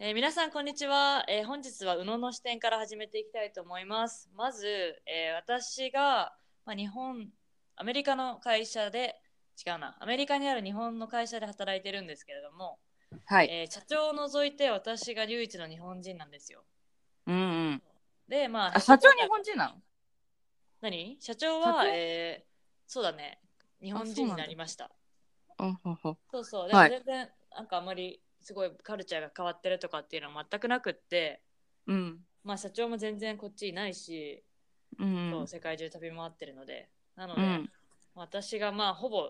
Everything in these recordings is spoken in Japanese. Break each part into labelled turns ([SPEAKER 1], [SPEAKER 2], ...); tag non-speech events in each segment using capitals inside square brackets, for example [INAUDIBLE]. [SPEAKER 1] えー皆さんこんにちは、えー本日は宇野の視点から始めていきたいと思いますまず、えー私が、まあ、日本アメリカの会社で違うなアメリカにある日本の会社で働いてるんですけれども、
[SPEAKER 2] はい。
[SPEAKER 1] えー社長を除いて私が唯一の日本人なんですよ
[SPEAKER 2] うんうん。
[SPEAKER 1] でまあ
[SPEAKER 2] あ、社長日本人なの
[SPEAKER 1] 何社長
[SPEAKER 2] 社
[SPEAKER 1] は
[SPEAKER 2] 長
[SPEAKER 1] えーそうだね日本
[SPEAKER 2] あそう
[SPEAKER 1] 人
[SPEAKER 2] な
[SPEAKER 1] に
[SPEAKER 2] んだ
[SPEAKER 1] なりました
[SPEAKER 2] うんほほ。
[SPEAKER 1] そうそう
[SPEAKER 2] は
[SPEAKER 1] で
[SPEAKER 2] い
[SPEAKER 1] 全然なんかあまりすごいカルチャーが変わってるとかっていうのは全くなくって
[SPEAKER 2] うん。
[SPEAKER 1] まあ社長も全然こっちいないし
[SPEAKER 2] う
[SPEAKER 1] そう。世界中旅回ってるのでなので、。私がまあほぼ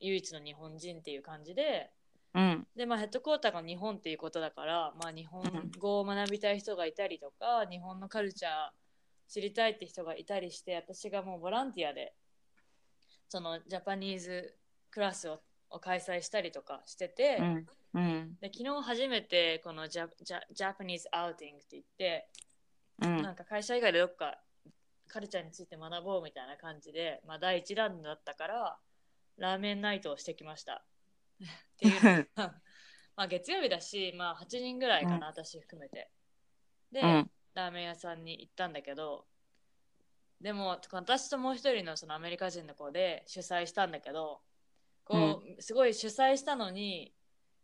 [SPEAKER 1] 唯一の日本人っていう感じで
[SPEAKER 2] うん。
[SPEAKER 1] で、まあ、ヘッドクォーターが日本っていうことだから、まあ、
[SPEAKER 2] う
[SPEAKER 1] 日
[SPEAKER 2] ん
[SPEAKER 1] 本語を学びたい人がいたりとか日本のカルチャー知りたいって人がいたりして私がもうボランティアでそのジャパニーズクラスをを開催したりとかしてて、
[SPEAKER 2] ん。うん。
[SPEAKER 1] で昨日初めてこのジャジャジャパニーズアウティングって言って、
[SPEAKER 2] う
[SPEAKER 1] なんか会社以外でどっかカルチャーについて学ぼうみたいな感じで、まあ、第1弾だったからラーメンナイトをしてきました。っていうの
[SPEAKER 2] ん。
[SPEAKER 1] がまあ月曜日だし、まあ、8人ぐらいかな、私含めて。で、ラーメン屋さんに行ったんだけどでも私ともう一人のそのアメリカ人の子で主催したんだけどこう、すごい主催したのに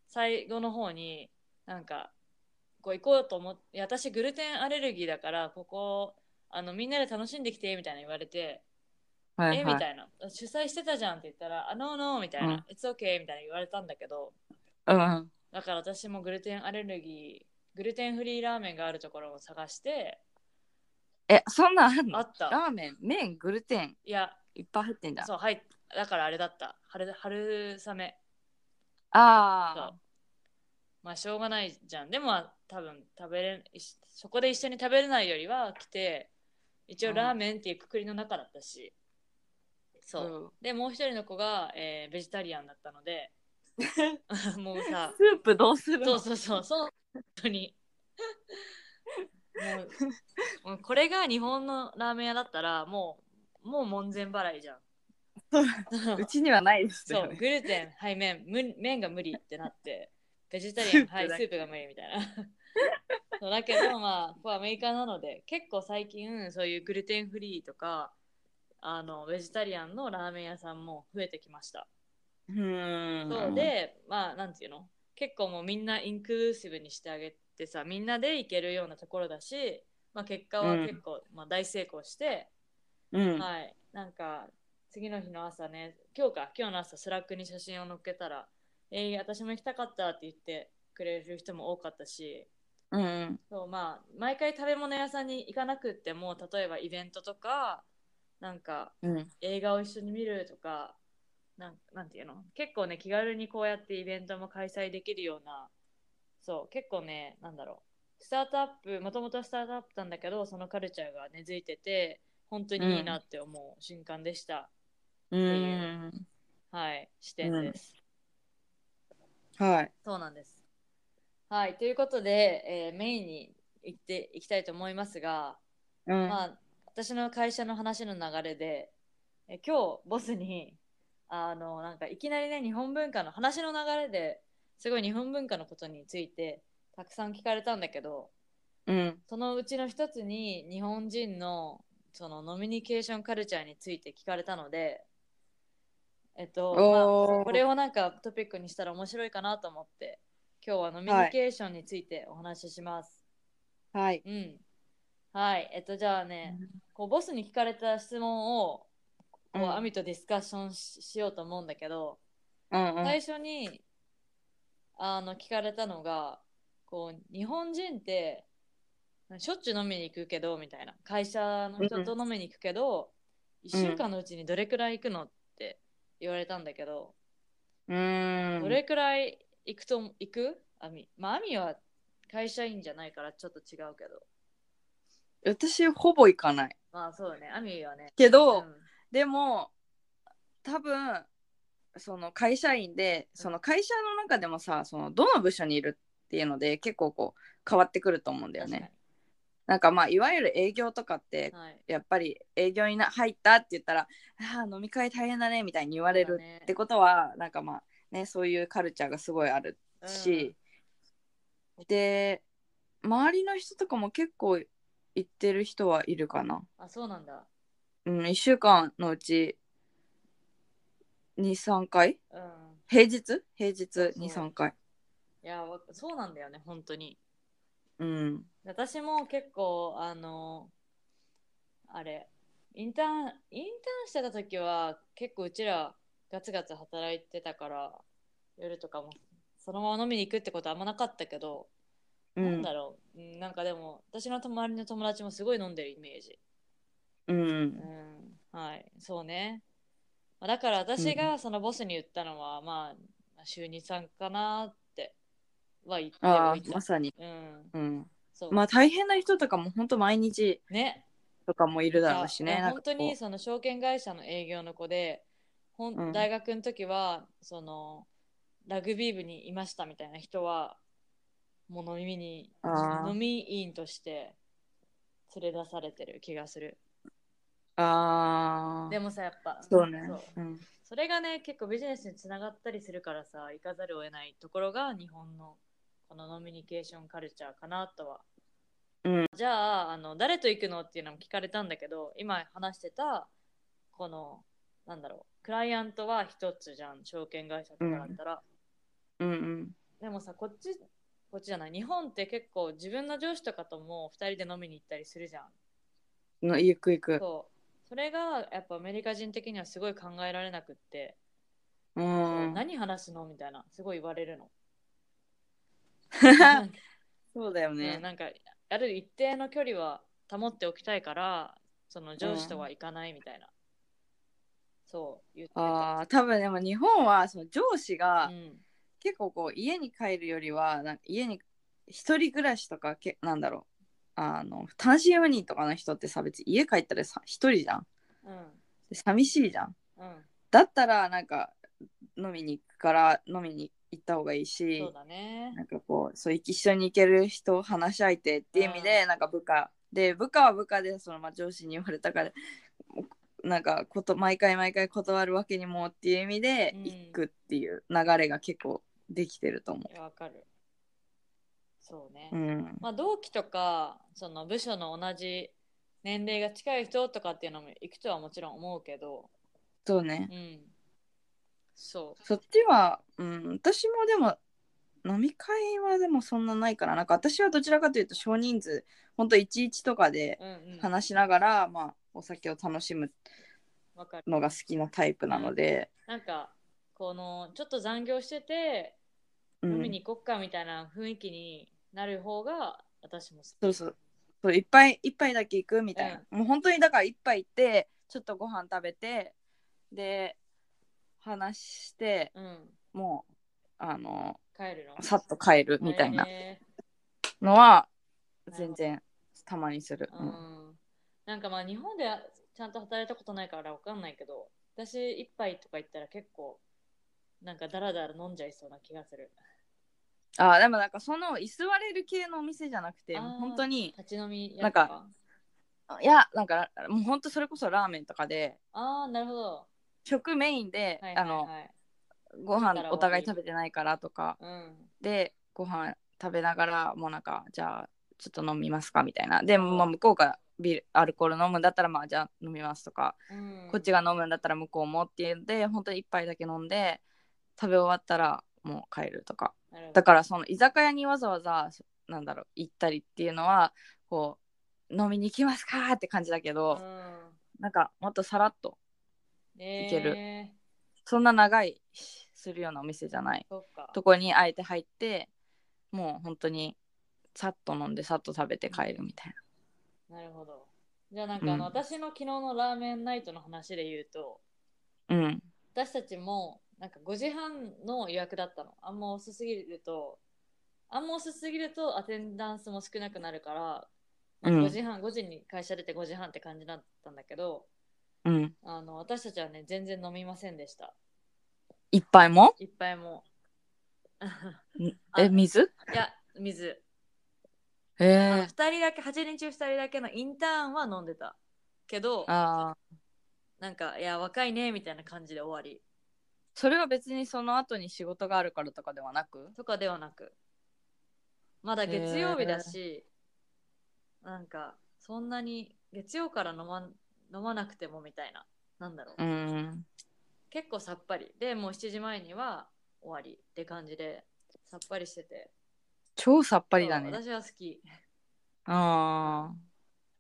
[SPEAKER 1] 最後の方になんかこう行こうと思っていや私グルテンアレルギーだからここあのみんなで楽しんできてみたいな言われて、
[SPEAKER 2] はい
[SPEAKER 1] えみたいな主催してたじゃんって言ったらあ no no みたいな、it's okay みたいな言われたんだけど
[SPEAKER 2] うん。
[SPEAKER 1] だから私もグルテンアレルギーグルテンフリーラーメンがあるところを探して
[SPEAKER 2] え、そんなんあん
[SPEAKER 1] あ
[SPEAKER 2] の
[SPEAKER 1] った
[SPEAKER 2] ラーメン、麺、グルテン、
[SPEAKER 1] いや
[SPEAKER 2] いっぱい入ってんだ。
[SPEAKER 1] そうはいだからあれだった春春雨
[SPEAKER 2] あ
[SPEAKER 1] そうまあしょうがないじゃんでもまあ多分食べれいしそこで一緒に食べれないよりは来て一
[SPEAKER 2] う
[SPEAKER 1] 応
[SPEAKER 2] ん
[SPEAKER 1] ラーメンっていうくくりの中だったし、
[SPEAKER 2] あ。
[SPEAKER 1] そう、でもう一人の子が、えーベジタリアンだったの
[SPEAKER 2] [LAUGHS]
[SPEAKER 1] でもうさ
[SPEAKER 2] スープどうするの
[SPEAKER 1] そうそうそうそう本当にもうもうこれが日本のラーメン屋だったらもうもう門前払いじゃん [LAUGHS]
[SPEAKER 2] [LAUGHS] うちにはないです
[SPEAKER 1] そ
[SPEAKER 2] よ
[SPEAKER 1] う、
[SPEAKER 2] ね。
[SPEAKER 1] グルテン、はい、麺、む麺が無理ってな
[SPEAKER 2] [LAUGHS]
[SPEAKER 1] って、ベジタリ
[SPEAKER 2] ス
[SPEAKER 1] ア
[SPEAKER 2] ー
[SPEAKER 1] ン、
[SPEAKER 2] プ
[SPEAKER 1] はい、ス
[SPEAKER 2] だけ
[SPEAKER 1] ープが無理みたいな。 [LAUGHS] そうだけど、まあ、ここはアメリカなので、結構最近、そういうグルテンフリーとか、あのベジタリアンのラーメン屋さんも増えてきました。
[SPEAKER 2] うーん
[SPEAKER 1] そう、で、まあ、なんていうの結構もうみんなインクルーシブにしてあげてさ、みんなで行けるようなところだし、まあ、結果は結構、まあ、大成功して、
[SPEAKER 2] うん、
[SPEAKER 1] はい、なんか次の日の朝ね、今日か、今日の朝、スラックに写真を載っけたら、えー、私も行きたかったって言ってくれる人も多かったし、
[SPEAKER 2] うん、
[SPEAKER 1] そうまあ、毎回食べ物屋さんに行かなくっても、例えばイベントとか、なんか
[SPEAKER 2] うん、
[SPEAKER 1] 映画を一緒に見るとか、なんなんていうの結構ね、気軽にこうやってイベントも開催できるような、そう、結構ね、なんだろう、スタートアップ、もともとスタートアップなんだけど、そのカルチャーが根付いてて、本当にいいなって思う瞬間でした。
[SPEAKER 2] うん、
[SPEAKER 1] はい、視点です。
[SPEAKER 2] はい、
[SPEAKER 1] そうなんです。はい、ということで、えーメインに行っていきたいと思いますが、
[SPEAKER 2] うん、
[SPEAKER 1] まあ、私の会社の話の流れで、えー今日ボスにあのなんかいきなりね日本文化の話の流れですごい日本文化のことについてたくさん聞かれたんだけど
[SPEAKER 2] うん、
[SPEAKER 1] そのうちの一つに日本人のそのノミニケーションカルチャーについて聞かれたので、えっと
[SPEAKER 2] おー
[SPEAKER 1] まあこれをなんかトピックにしたら面白いかなと思って今日はノミニケーションについてお話しします。
[SPEAKER 2] はい、
[SPEAKER 1] うん。はい。えっとじゃあね、こうボスに聞かれた質問をこう、
[SPEAKER 2] うん
[SPEAKER 1] アミとディスカッションししようと思うんだけど、
[SPEAKER 2] うん、うん、
[SPEAKER 1] 最初にあの聞かれたのがこう日本人ってしょっちゅう飲みに行くけどみたいな会社の人と飲みに行くけど、一1週間のうちにどれくらい行くのって言われたんだけど、
[SPEAKER 2] うーん、
[SPEAKER 1] どれくらい行くと行くアミまあアミは会社員じゃないからちょっと違うけど。
[SPEAKER 2] 私ほぼ行かない
[SPEAKER 1] まあそうだね、アミューはね。
[SPEAKER 2] けど、
[SPEAKER 1] うん
[SPEAKER 2] でも多分その会社員でその会社の中でもさそのどの部署にいるっていうので結構こう変わってくると思うんだよね。なんかまあいわゆる営業とかって
[SPEAKER 1] 確かにはい。
[SPEAKER 2] やっぱり営業にな入ったって言ったら「あー飲み会大変だね」みたいに言われ
[SPEAKER 1] そう
[SPEAKER 2] る
[SPEAKER 1] だね
[SPEAKER 2] ってことは、なんかまあねそういうカルチャーがすごいあるし、で周りの人とかも結構行ってる人はいるかな。
[SPEAKER 1] うんあ、そうなんだ。
[SPEAKER 2] うん、1週間のうち23回
[SPEAKER 1] うん。
[SPEAKER 2] 平日平日
[SPEAKER 1] そう
[SPEAKER 2] 23回
[SPEAKER 1] いや、わそうなんだよね、本当に。
[SPEAKER 2] うん
[SPEAKER 1] 私も結構、あの、あれ、インターン、インターンしてた時は結構うちらガツガツ働いてたから、夜とかもそのまま飲みに行くってことはあんまなかったけど、
[SPEAKER 2] う
[SPEAKER 1] なん
[SPEAKER 2] ん
[SPEAKER 1] だろう、うんなんかでも、私の周りの友達もすごい飲んでるイメージ。
[SPEAKER 2] うん
[SPEAKER 1] うん、はい、そうね。まあだから私がそのボスに言ったのは、まあ、週2、3かなっては言って
[SPEAKER 2] あ
[SPEAKER 1] お
[SPEAKER 2] あ
[SPEAKER 1] いた。
[SPEAKER 2] まさに
[SPEAKER 1] うん、
[SPEAKER 2] うん
[SPEAKER 1] そう。
[SPEAKER 2] まあ大変な人とかも本当毎日
[SPEAKER 1] ね。
[SPEAKER 2] とかもいるだろうし
[SPEAKER 1] い
[SPEAKER 2] ね
[SPEAKER 1] や
[SPEAKER 2] なん
[SPEAKER 1] 本
[SPEAKER 2] か
[SPEAKER 1] 当に
[SPEAKER 2] こ
[SPEAKER 1] その証券会社の営業の子で、ほん
[SPEAKER 2] うん
[SPEAKER 1] 大学の時は、その、ラグビー部にいましたみたいな人は、もう飲みに
[SPEAKER 2] あ、ー
[SPEAKER 1] 飲み員として連れ出されてる気がする。
[SPEAKER 2] うあ
[SPEAKER 1] で
[SPEAKER 2] あ
[SPEAKER 1] もさ、やっぱ、
[SPEAKER 2] そうね
[SPEAKER 1] そう
[SPEAKER 2] うん
[SPEAKER 1] それがね結構ビジネスにつながったりするからさ行かざるを得ないところが日本のこのノミニケーションカルチャーかなとは、
[SPEAKER 2] うん
[SPEAKER 1] じゃああの誰と行くのっていうのも聞かれたんだけど今話してたこのなんだろうクライアントは一つじゃん証券会社とかだったら、
[SPEAKER 2] うんうん
[SPEAKER 1] でもさこっちこっちじゃない日本って結構自分の上司とかとも2人で飲みに行ったりするじゃん
[SPEAKER 2] のゆくゆく
[SPEAKER 1] そうそれがやっぱアメリカ人的にはすごい考えられなくって
[SPEAKER 2] う
[SPEAKER 1] そう
[SPEAKER 2] [LAUGHS]
[SPEAKER 1] ん何話すのみたいなすごい言われるの。 [LAUGHS]
[SPEAKER 2] そうだよ
[SPEAKER 1] ね、
[SPEAKER 2] ね
[SPEAKER 1] なんかある一定の距離は保っておきたいからその上司とは行かないみたいな、そう言ってた、
[SPEAKER 2] ああ多分でも日本はその上司が、
[SPEAKER 1] うん、
[SPEAKER 2] 結構こう家に帰るよりはなんか家に一人暮らしとかけなんだろうあの単身赴任とかの人ってさ別に家帰ったらさ一人じゃん
[SPEAKER 1] う
[SPEAKER 2] で寂しいじゃん
[SPEAKER 1] ん、うん、
[SPEAKER 2] だったらなんか飲みに行くから飲みに行った方がいいし
[SPEAKER 1] そうだね
[SPEAKER 2] なんかこうそう一緒に行ける人話し相手っていう意味で、なんか部下で部下は部下でその、まあ、上司に言われたからもうなんかこと毎回毎回断るわけにもっていう意味で
[SPEAKER 1] うん
[SPEAKER 2] 行くっていう流れが結構できてると思う
[SPEAKER 1] いやわかるそうね、
[SPEAKER 2] うん
[SPEAKER 1] まあ同期とかその部署の同じ年齢が近い人とかっていうのも行くとはもちろん思うけど
[SPEAKER 2] そうね。
[SPEAKER 1] うんそう
[SPEAKER 2] そっちは、うん、私もでも、飲み会はでもそんなないから、なんか私はどちらかというと少人数、ほんと11とかで
[SPEAKER 1] うんうん
[SPEAKER 2] 話しながら、まあ、お酒を楽しむ
[SPEAKER 1] わかる
[SPEAKER 2] のが好きなタイプなので、
[SPEAKER 1] なんかこのちょっと残業してて
[SPEAKER 2] うん
[SPEAKER 1] 飲みに行こっかみたいな雰囲気になる方が私も好き
[SPEAKER 2] そうそうそう、一杯、一杯だけ行くみたいな。もう本当にだから一杯行って、ちょっとご飯食べて、で、話して、
[SPEAKER 1] うん、
[SPEAKER 2] もう、あの、
[SPEAKER 1] 帰るの
[SPEAKER 2] さっと帰るみたい
[SPEAKER 1] あ
[SPEAKER 2] な
[SPEAKER 1] れね
[SPEAKER 2] のは、
[SPEAKER 1] なるほど
[SPEAKER 2] 全然、たまにする。
[SPEAKER 1] う
[SPEAKER 2] うん
[SPEAKER 1] ん、なんかまあ日本でちゃんと働いたことないからわかんないけど私一杯とか言ったら結構なんかダラダラ飲んじゃいそうな気がする
[SPEAKER 2] あでもなんかその居座れる系のお店じゃなくて
[SPEAKER 1] あー
[SPEAKER 2] もう本当に
[SPEAKER 1] 立ち飲みや
[SPEAKER 2] なんかいやなんかもう本当それこそラーメンとかで
[SPEAKER 1] ああなるほど、
[SPEAKER 2] 食メインで、
[SPEAKER 1] はいはいはい、
[SPEAKER 2] あのご
[SPEAKER 1] だから
[SPEAKER 2] 飯お互い食べてないからとか
[SPEAKER 1] うん
[SPEAKER 2] でご飯食べながらもうなんかじゃあちょっと飲みますかみたいなでもう向こうがビールアルコール飲むんだったらまあじゃあ飲みますとか、
[SPEAKER 1] うん、
[SPEAKER 2] こっちが飲むんだったら向こうもっていうので本当に一杯だけ飲んで食べ終わったらもう帰るとか
[SPEAKER 1] なるほど
[SPEAKER 2] だからその居酒屋にわざわざそなんだろう行ったりっていうのはこう飲みに行きますかーって感じだけど、
[SPEAKER 1] うん
[SPEAKER 2] なんかもっとさらっと
[SPEAKER 1] えー、
[SPEAKER 2] いけるそんな長いしするようなお店じゃない
[SPEAKER 1] そっか
[SPEAKER 2] とこにあえて入ってもう本当にさっと飲んでさっと食べて帰るみたい
[SPEAKER 1] なるほど。じゃあなんかあの、
[SPEAKER 2] うん
[SPEAKER 1] 私の昨日のラーメンナイトの話で言うと
[SPEAKER 2] なうん
[SPEAKER 1] 私たちもなんか5時半の予約だったのあんま遅すぎるとあんま遅すぎるとアテンダンスも少なくなるから、
[SPEAKER 2] うん
[SPEAKER 1] 5時半5時に会社出て5時半って感じだったんだけど
[SPEAKER 2] うん。
[SPEAKER 1] あの私たちはね全然飲みませんでした
[SPEAKER 2] 一杯も
[SPEAKER 1] 一杯も [LAUGHS]
[SPEAKER 2] え、水
[SPEAKER 1] いや水、あの
[SPEAKER 2] え
[SPEAKER 1] 2人だけ8人中2人だけのインターンは飲んでたけど
[SPEAKER 2] ー、ああ。
[SPEAKER 1] なんかいや若いねみたいな感じで終わり
[SPEAKER 2] それは別にその後に仕事があるからとかではなく
[SPEAKER 1] とかではなくまだ月曜日だし、なんかそんなに月曜から飲ま飲まなくてもみたいななんだろう、
[SPEAKER 2] ん。
[SPEAKER 1] 結構さっぱりでもう7時前には終わりって感じでさっぱりしてて
[SPEAKER 2] 超さっぱりだ
[SPEAKER 1] そ
[SPEAKER 2] ね。
[SPEAKER 1] う私は好き
[SPEAKER 2] ああ。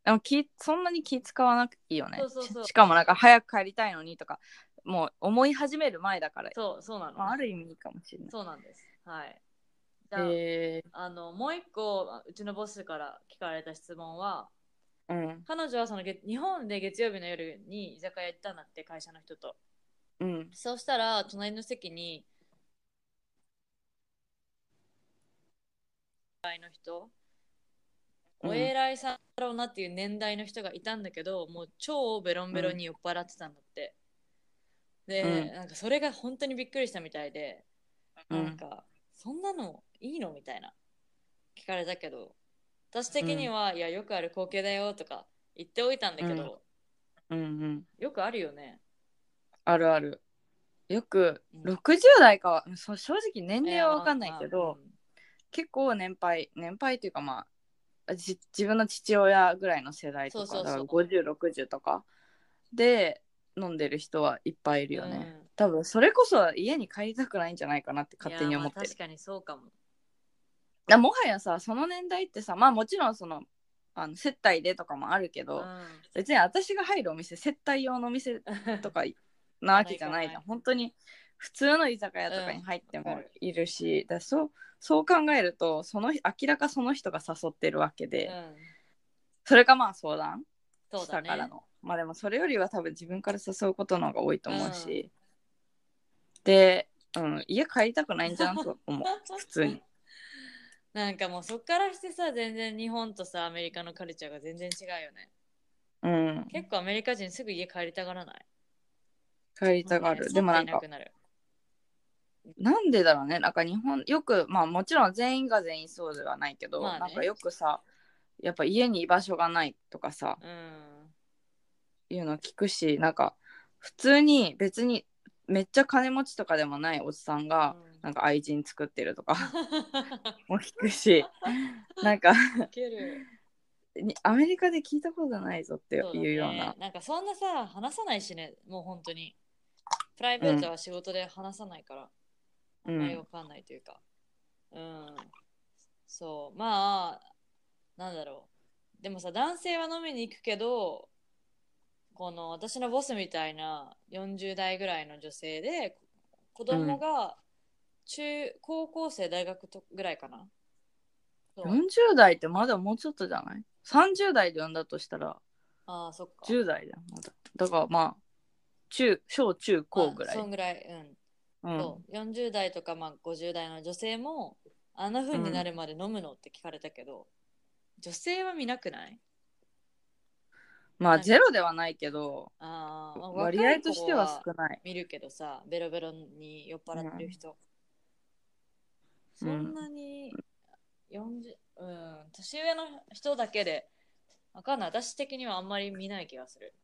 [SPEAKER 2] でもきそんなに気使わなくていいよね
[SPEAKER 1] そうそうそう
[SPEAKER 2] し。しかもなんか早く帰りたいのにとか、もう思い始める前だから、
[SPEAKER 1] そうそうなの、
[SPEAKER 2] まあ、ある意味いいかもしれない。
[SPEAKER 1] そうなんですはいじゃあ、
[SPEAKER 2] え
[SPEAKER 1] あのもう一個うちのボスから聞かれた質問は
[SPEAKER 2] ー、うん。
[SPEAKER 1] 彼女はその月日本で月曜日の夜に居酒屋行ったんだって会社の人と
[SPEAKER 2] うん。
[SPEAKER 1] そうしたら隣の席にの人お偉いさんだろうなっていう年代の人がいたんだけど、もう超ベロンベロンに酔っ払ってたんだって、で、
[SPEAKER 2] うん
[SPEAKER 1] なんかそれが本当にびっくりしたみたいで、
[SPEAKER 2] うん
[SPEAKER 1] なんかそんなのいいのみたいな聞かれたけど私的には、いやよくある光景だよとか言っておいたんだけど、
[SPEAKER 2] うんうん。
[SPEAKER 1] よくあるよね
[SPEAKER 2] あるある。よく
[SPEAKER 1] うん
[SPEAKER 2] 60代かは、そう正直年齢は分かんないけど、結構年配年配っていうかまあじ自分の父親ぐらいの世代とか
[SPEAKER 1] そうそう
[SPEAKER 2] だから
[SPEAKER 1] そう
[SPEAKER 2] 5060とかで飲んでる人はいっぱいいる
[SPEAKER 1] い
[SPEAKER 2] よね、多分それこそ家に帰りたくないんじゃないかなって勝手に思ってる
[SPEAKER 1] 確かにそうかも
[SPEAKER 2] だからもはやさその年代ってさまあもちろんそのあの接待でとかもあるけど、
[SPEAKER 1] う
[SPEAKER 2] 別に私が入るお店接待用のお店
[SPEAKER 1] ん
[SPEAKER 2] とかなわけじゃないじゃん
[SPEAKER 1] う
[SPEAKER 2] 本当に普通の居酒屋とかに入って
[SPEAKER 1] うんわ
[SPEAKER 2] も
[SPEAKER 1] かる
[SPEAKER 2] いるし、だからそうそう考えるとその明らかその人が誘ってるわけで、
[SPEAKER 1] うん
[SPEAKER 2] それかまあ相談
[SPEAKER 1] そう
[SPEAKER 2] し
[SPEAKER 1] だ
[SPEAKER 2] た
[SPEAKER 1] ね
[SPEAKER 2] からの、まあでもそれよりは多分自分から誘うことの方が多いと思うし、で、うん、家帰りたくないんじ
[SPEAKER 1] [LAUGHS]
[SPEAKER 2] ゃんと思う普通に
[SPEAKER 1] なんかもうそっからしてさ全然日本とさアメリカのカルチャーが全然違うよね
[SPEAKER 2] うん
[SPEAKER 1] 結構アメリカ人すぐ家帰りたがらない
[SPEAKER 2] 帰りたがる、
[SPEAKER 1] う
[SPEAKER 2] でもなん
[SPEAKER 1] いな
[SPEAKER 2] か
[SPEAKER 1] くなる
[SPEAKER 2] なんでだろうねなんか日本よくまあもちろん全員が全員そうではないけど、
[SPEAKER 1] まあね
[SPEAKER 2] なんかよくさやっぱ家に居場所がないとかさ
[SPEAKER 1] うん
[SPEAKER 2] いうの聞くしなんか普通に別にめっちゃ金持ちとかでもないおじさんが、
[SPEAKER 1] うん
[SPEAKER 2] なんか愛人作ってるとか [LAUGHS] も聞くしなんか
[SPEAKER 1] いける
[SPEAKER 2] にアメリカで聞いたことないぞって
[SPEAKER 1] そうだ
[SPEAKER 2] い
[SPEAKER 1] ね
[SPEAKER 2] うような
[SPEAKER 1] なんかそんなさ話さないしねもう本当にプライベートは仕事で話さないから、
[SPEAKER 2] う
[SPEAKER 1] あんまり
[SPEAKER 2] ん
[SPEAKER 1] わかんないというかうん、そうまあなんだろうでもさ男性は飲みに行くけどこの私のボスみたいな40代ぐらいの女性で子供が中、高校生大学とぐらいかなそう
[SPEAKER 2] 40代ってまだもうちょっとじゃない30代で産んだとしたら
[SPEAKER 1] ああそっか
[SPEAKER 2] 10代だよまだだからまあ中小中高ぐらい、
[SPEAKER 1] あそんぐらいうん
[SPEAKER 2] うん、
[SPEAKER 1] そう40代とか、まあ、50代の女性もあんな風になるまで飲むのって聞かれたけど、女性は見なくない
[SPEAKER 2] ま
[SPEAKER 1] なん
[SPEAKER 2] あ
[SPEAKER 1] か
[SPEAKER 2] ゼロではないけど
[SPEAKER 1] あーまあ
[SPEAKER 2] 割合としては少ない
[SPEAKER 1] 見るけどさベロベロに酔っ払ってる人、
[SPEAKER 2] うん
[SPEAKER 1] そんなに40、うん、年上の人だけでわかんない私的にはあんまり見ない気がする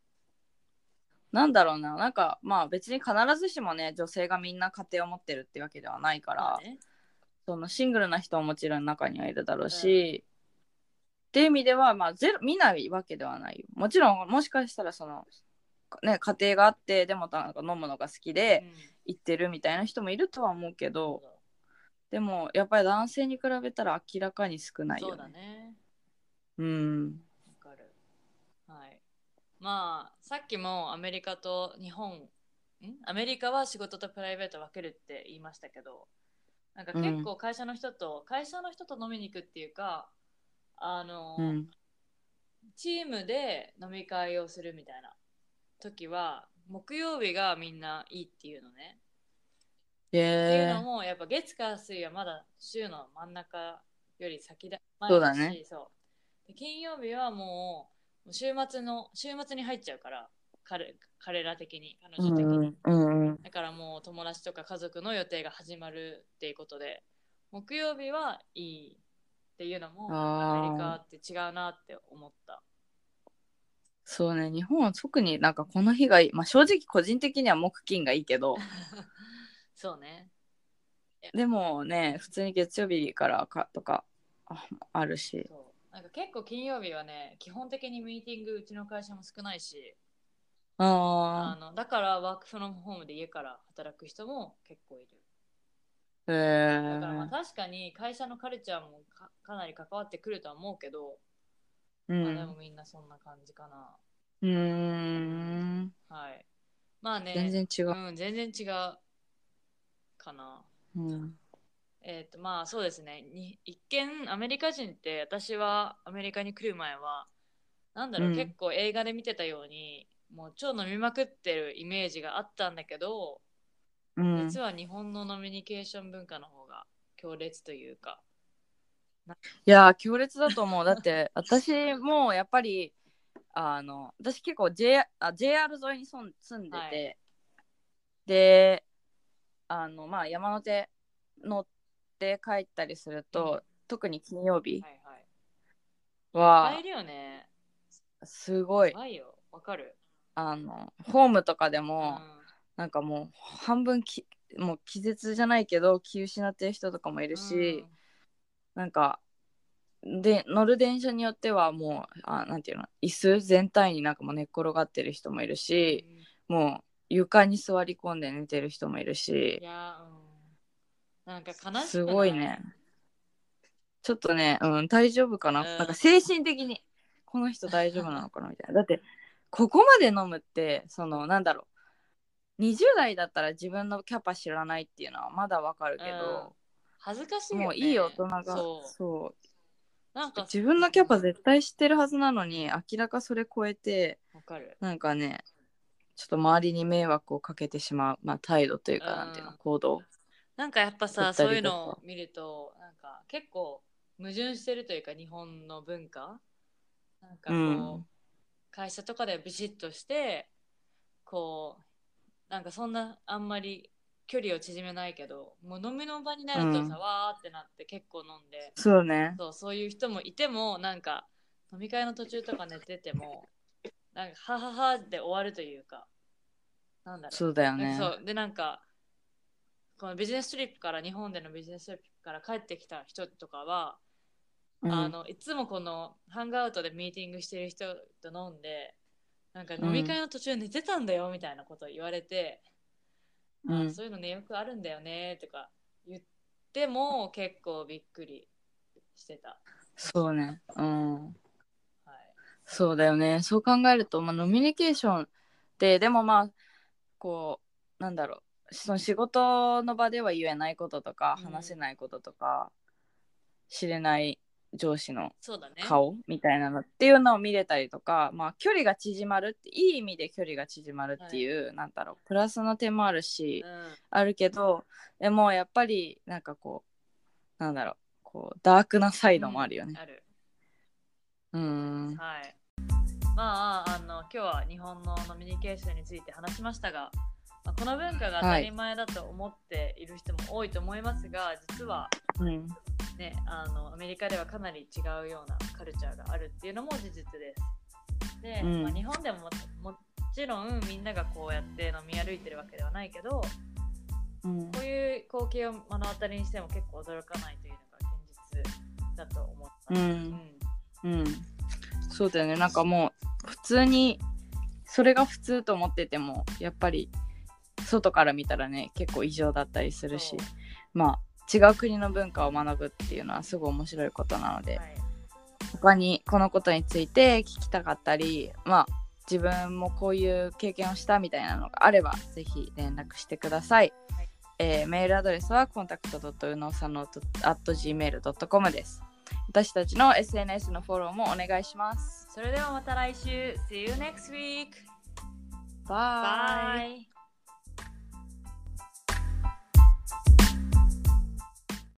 [SPEAKER 2] なんだろうななんかまあ別に必ずしもね女性がみんな家庭を持ってるってわけではないから、
[SPEAKER 1] まあね
[SPEAKER 2] そのシングルな人ももちろん中にはいるだろうし、っていう意味ではまあゼロ見ないわけではないよもちろんもしかしたらその、ね、家庭があってでもなんか飲むのが好き
[SPEAKER 1] う
[SPEAKER 2] で
[SPEAKER 1] ん
[SPEAKER 2] 行ってるみたいな人もいるとは思うけ
[SPEAKER 1] そ
[SPEAKER 2] ど
[SPEAKER 1] うだ
[SPEAKER 2] でもやっぱり男性に比べたら明らかに少ない
[SPEAKER 1] そ
[SPEAKER 2] よ
[SPEAKER 1] うだ
[SPEAKER 2] ね。
[SPEAKER 1] ね
[SPEAKER 2] うん
[SPEAKER 1] わかる。はい。まあ、さっきもアメリカと日本、んアメリカは仕事とプライベート分けるって言いましたけど、なんか結構会社の人と、会社の人と飲みに行くっていうか、あの、
[SPEAKER 2] うん
[SPEAKER 1] チームで飲み会をするみたいな時は、木曜日がみんないいっていうのね。っていう
[SPEAKER 2] へ
[SPEAKER 1] のもやっぱ月火水はまだ週の真ん中より先だ
[SPEAKER 2] そうだね
[SPEAKER 1] 前しそうで金曜日はもうもう週末の週末に入っちゃうから彼彼ら的に彼
[SPEAKER 2] えう
[SPEAKER 1] 女
[SPEAKER 2] ん
[SPEAKER 1] 的に、
[SPEAKER 2] うんうんうん
[SPEAKER 1] だからもう友達とか家族の予定が始まるっていうことで木曜日はいいっていうのも
[SPEAKER 2] あー
[SPEAKER 1] アメリカって違うなって思った
[SPEAKER 2] そうね日本は特になんかこの日がいい、まあ、正直個人的には木金がいいけ
[SPEAKER 1] [LAUGHS]
[SPEAKER 2] ど
[SPEAKER 1] そうね
[SPEAKER 2] でもね普通に月曜日からかとかああるし
[SPEAKER 1] そうなんか結構金曜日はね基本的にミーティングうちの会社も少ないし
[SPEAKER 2] あ
[SPEAKER 1] あのだからワークフロムホームで家から働く人も結構いる。
[SPEAKER 2] あへ
[SPEAKER 1] だからまあ
[SPEAKER 2] え
[SPEAKER 1] 確かに会社のカルチャーもかかなり関わってくるとは思うけど、
[SPEAKER 2] う
[SPEAKER 1] まあでも
[SPEAKER 2] ん
[SPEAKER 1] みんなそんな感じかな。
[SPEAKER 2] うーん
[SPEAKER 1] はい。まあね、
[SPEAKER 2] 全然違う、
[SPEAKER 1] うん、全然違うかな。
[SPEAKER 2] うん、
[SPEAKER 1] えっ、とまあそうですねに一見アメリカ人って私はアメリカに来る前はなんだろう、
[SPEAKER 2] うん
[SPEAKER 1] 結構映画で見てたようにもう超飲みまくってるイメージがあったんだけど、
[SPEAKER 2] うん
[SPEAKER 1] 実は日本のノミニケーション文化の方が強烈というか、
[SPEAKER 2] いやー強烈だと思う [LAUGHS] だって私もやっぱりあの私結構、J、あ JR 沿いにそん住んでて、
[SPEAKER 1] はい
[SPEAKER 2] であのまあ山手乗って帰ったりすると、
[SPEAKER 1] うん
[SPEAKER 2] 特に金曜日
[SPEAKER 1] はいはい。
[SPEAKER 2] は
[SPEAKER 1] 入るよね。
[SPEAKER 2] すごい
[SPEAKER 1] 怖いよ。わかる。
[SPEAKER 2] あのホームとかで
[SPEAKER 1] う
[SPEAKER 2] も、なんかもう半分きもう気絶じゃないけど気失ってる人とかもいるし、なんかで乗る電車によってはもうあなんていうの椅子全体になんかもう寝っ転がってる人もいる
[SPEAKER 1] うん
[SPEAKER 2] し、もう床に座り込んで寝てる人もいる
[SPEAKER 1] い
[SPEAKER 2] し
[SPEAKER 1] や、うん。なんか悲しくない
[SPEAKER 2] すごいね。ちょっとね、うん、大丈夫かな、
[SPEAKER 1] うん
[SPEAKER 2] なんか精神的にこの人大丈夫なのかなみたいなだってここまで飲むってそのなんだろう20代だったら自分のキャパ知らないっていうのはまだわかるけど、
[SPEAKER 1] 恥ずかしいよ、ね。
[SPEAKER 2] もういい大人が
[SPEAKER 1] そう。
[SPEAKER 2] そう
[SPEAKER 1] なんか
[SPEAKER 2] 自分のキャパ絶対知ってるはずなのに明らかそれ超えて
[SPEAKER 1] わかる。
[SPEAKER 2] なんかねちょっと周りに迷惑をかけてしまう、まあ、態度というか
[SPEAKER 1] うん
[SPEAKER 2] なんていうの行動
[SPEAKER 1] なんかやっぱ
[SPEAKER 2] 撮
[SPEAKER 1] さ、
[SPEAKER 2] ったりとか
[SPEAKER 1] そういうのを見ると、なんか結構矛盾してるというか、日本の文化なんかこう、
[SPEAKER 2] うん
[SPEAKER 1] 会社とかでビシッとして、こう、なんかそんなあんまり距離を縮めないけど、もう飲みの場になるとさ、
[SPEAKER 2] うん
[SPEAKER 1] わーってなって結構飲んで、
[SPEAKER 2] そうね
[SPEAKER 1] そうそういう人もいても、なんか飲み会の途中とか寝てても、なんかはははで終わるというか、なんだろう。
[SPEAKER 2] そうだよ
[SPEAKER 1] なん
[SPEAKER 2] ね
[SPEAKER 1] かそうでなんかこのビジネストリップから日本でのビジネストリップから帰ってきた人とかは、
[SPEAKER 2] うん
[SPEAKER 1] あのいつもこのハングアウトでミーティングしてる人と飲んでなんか飲み会の途中寝てたんだよみたいなことを言われて、
[SPEAKER 2] う
[SPEAKER 1] あ
[SPEAKER 2] ん
[SPEAKER 1] そういうのねよくあるんだよねとか言っても結構びっくりしてた。
[SPEAKER 2] そうねうん
[SPEAKER 1] はい
[SPEAKER 2] そうだよねそう考えると、まあ、ノミニケーションってでもまあこうなんだろうその仕事の場では言えないこととか
[SPEAKER 1] うん
[SPEAKER 2] 話せないこととか、知れない上司の
[SPEAKER 1] そうだね。
[SPEAKER 2] 顔みたいなのっていうのを見れたりとか、まあ、距離が縮まるっていい意味で距離が縮まるっていう、なんだろうプラスの点もあるし、
[SPEAKER 1] うん
[SPEAKER 2] あるけどでもやっぱりなんかこうなんだろうこうダークなサイドもあるよね。
[SPEAKER 1] ある
[SPEAKER 2] うーん
[SPEAKER 1] はい。まあ、あの今日は日本のノミニケーションについて話しましたが、まあこの文化が当たり前だと思っている人も多いと思いますが、実は、
[SPEAKER 2] うん
[SPEAKER 1] ね、あのアメリカではかなり違うようなカルチャーがあるっていうのも事実です。で、
[SPEAKER 2] うん
[SPEAKER 1] まあ、日本でもももちろんみんながこうやって飲み歩いてるわけではないけど、
[SPEAKER 2] うん
[SPEAKER 1] こういう光景を目の当たりにしても結構驚かないというのが現実だと思った。
[SPEAKER 2] うんうん、そうだよねなんかもう普通にそれが普通と思っててもやっぱり外から見たらね結構異常だったりするし
[SPEAKER 1] そう
[SPEAKER 2] まあ違う国の文化を学ぶっていうのはすごい面白いことなので、
[SPEAKER 1] はい
[SPEAKER 2] 他にこのことについて聞きたかったりまあ自分もこういう経験をしたみたいなのがあればぜひ連絡してください、
[SPEAKER 1] はい
[SPEAKER 2] えーメールアドレスはコンタクトうのうさの .gmail.com です私たちの SNS のフォローもお願いします
[SPEAKER 1] それではまた来週 See you next week!
[SPEAKER 2] バイ
[SPEAKER 1] Bye.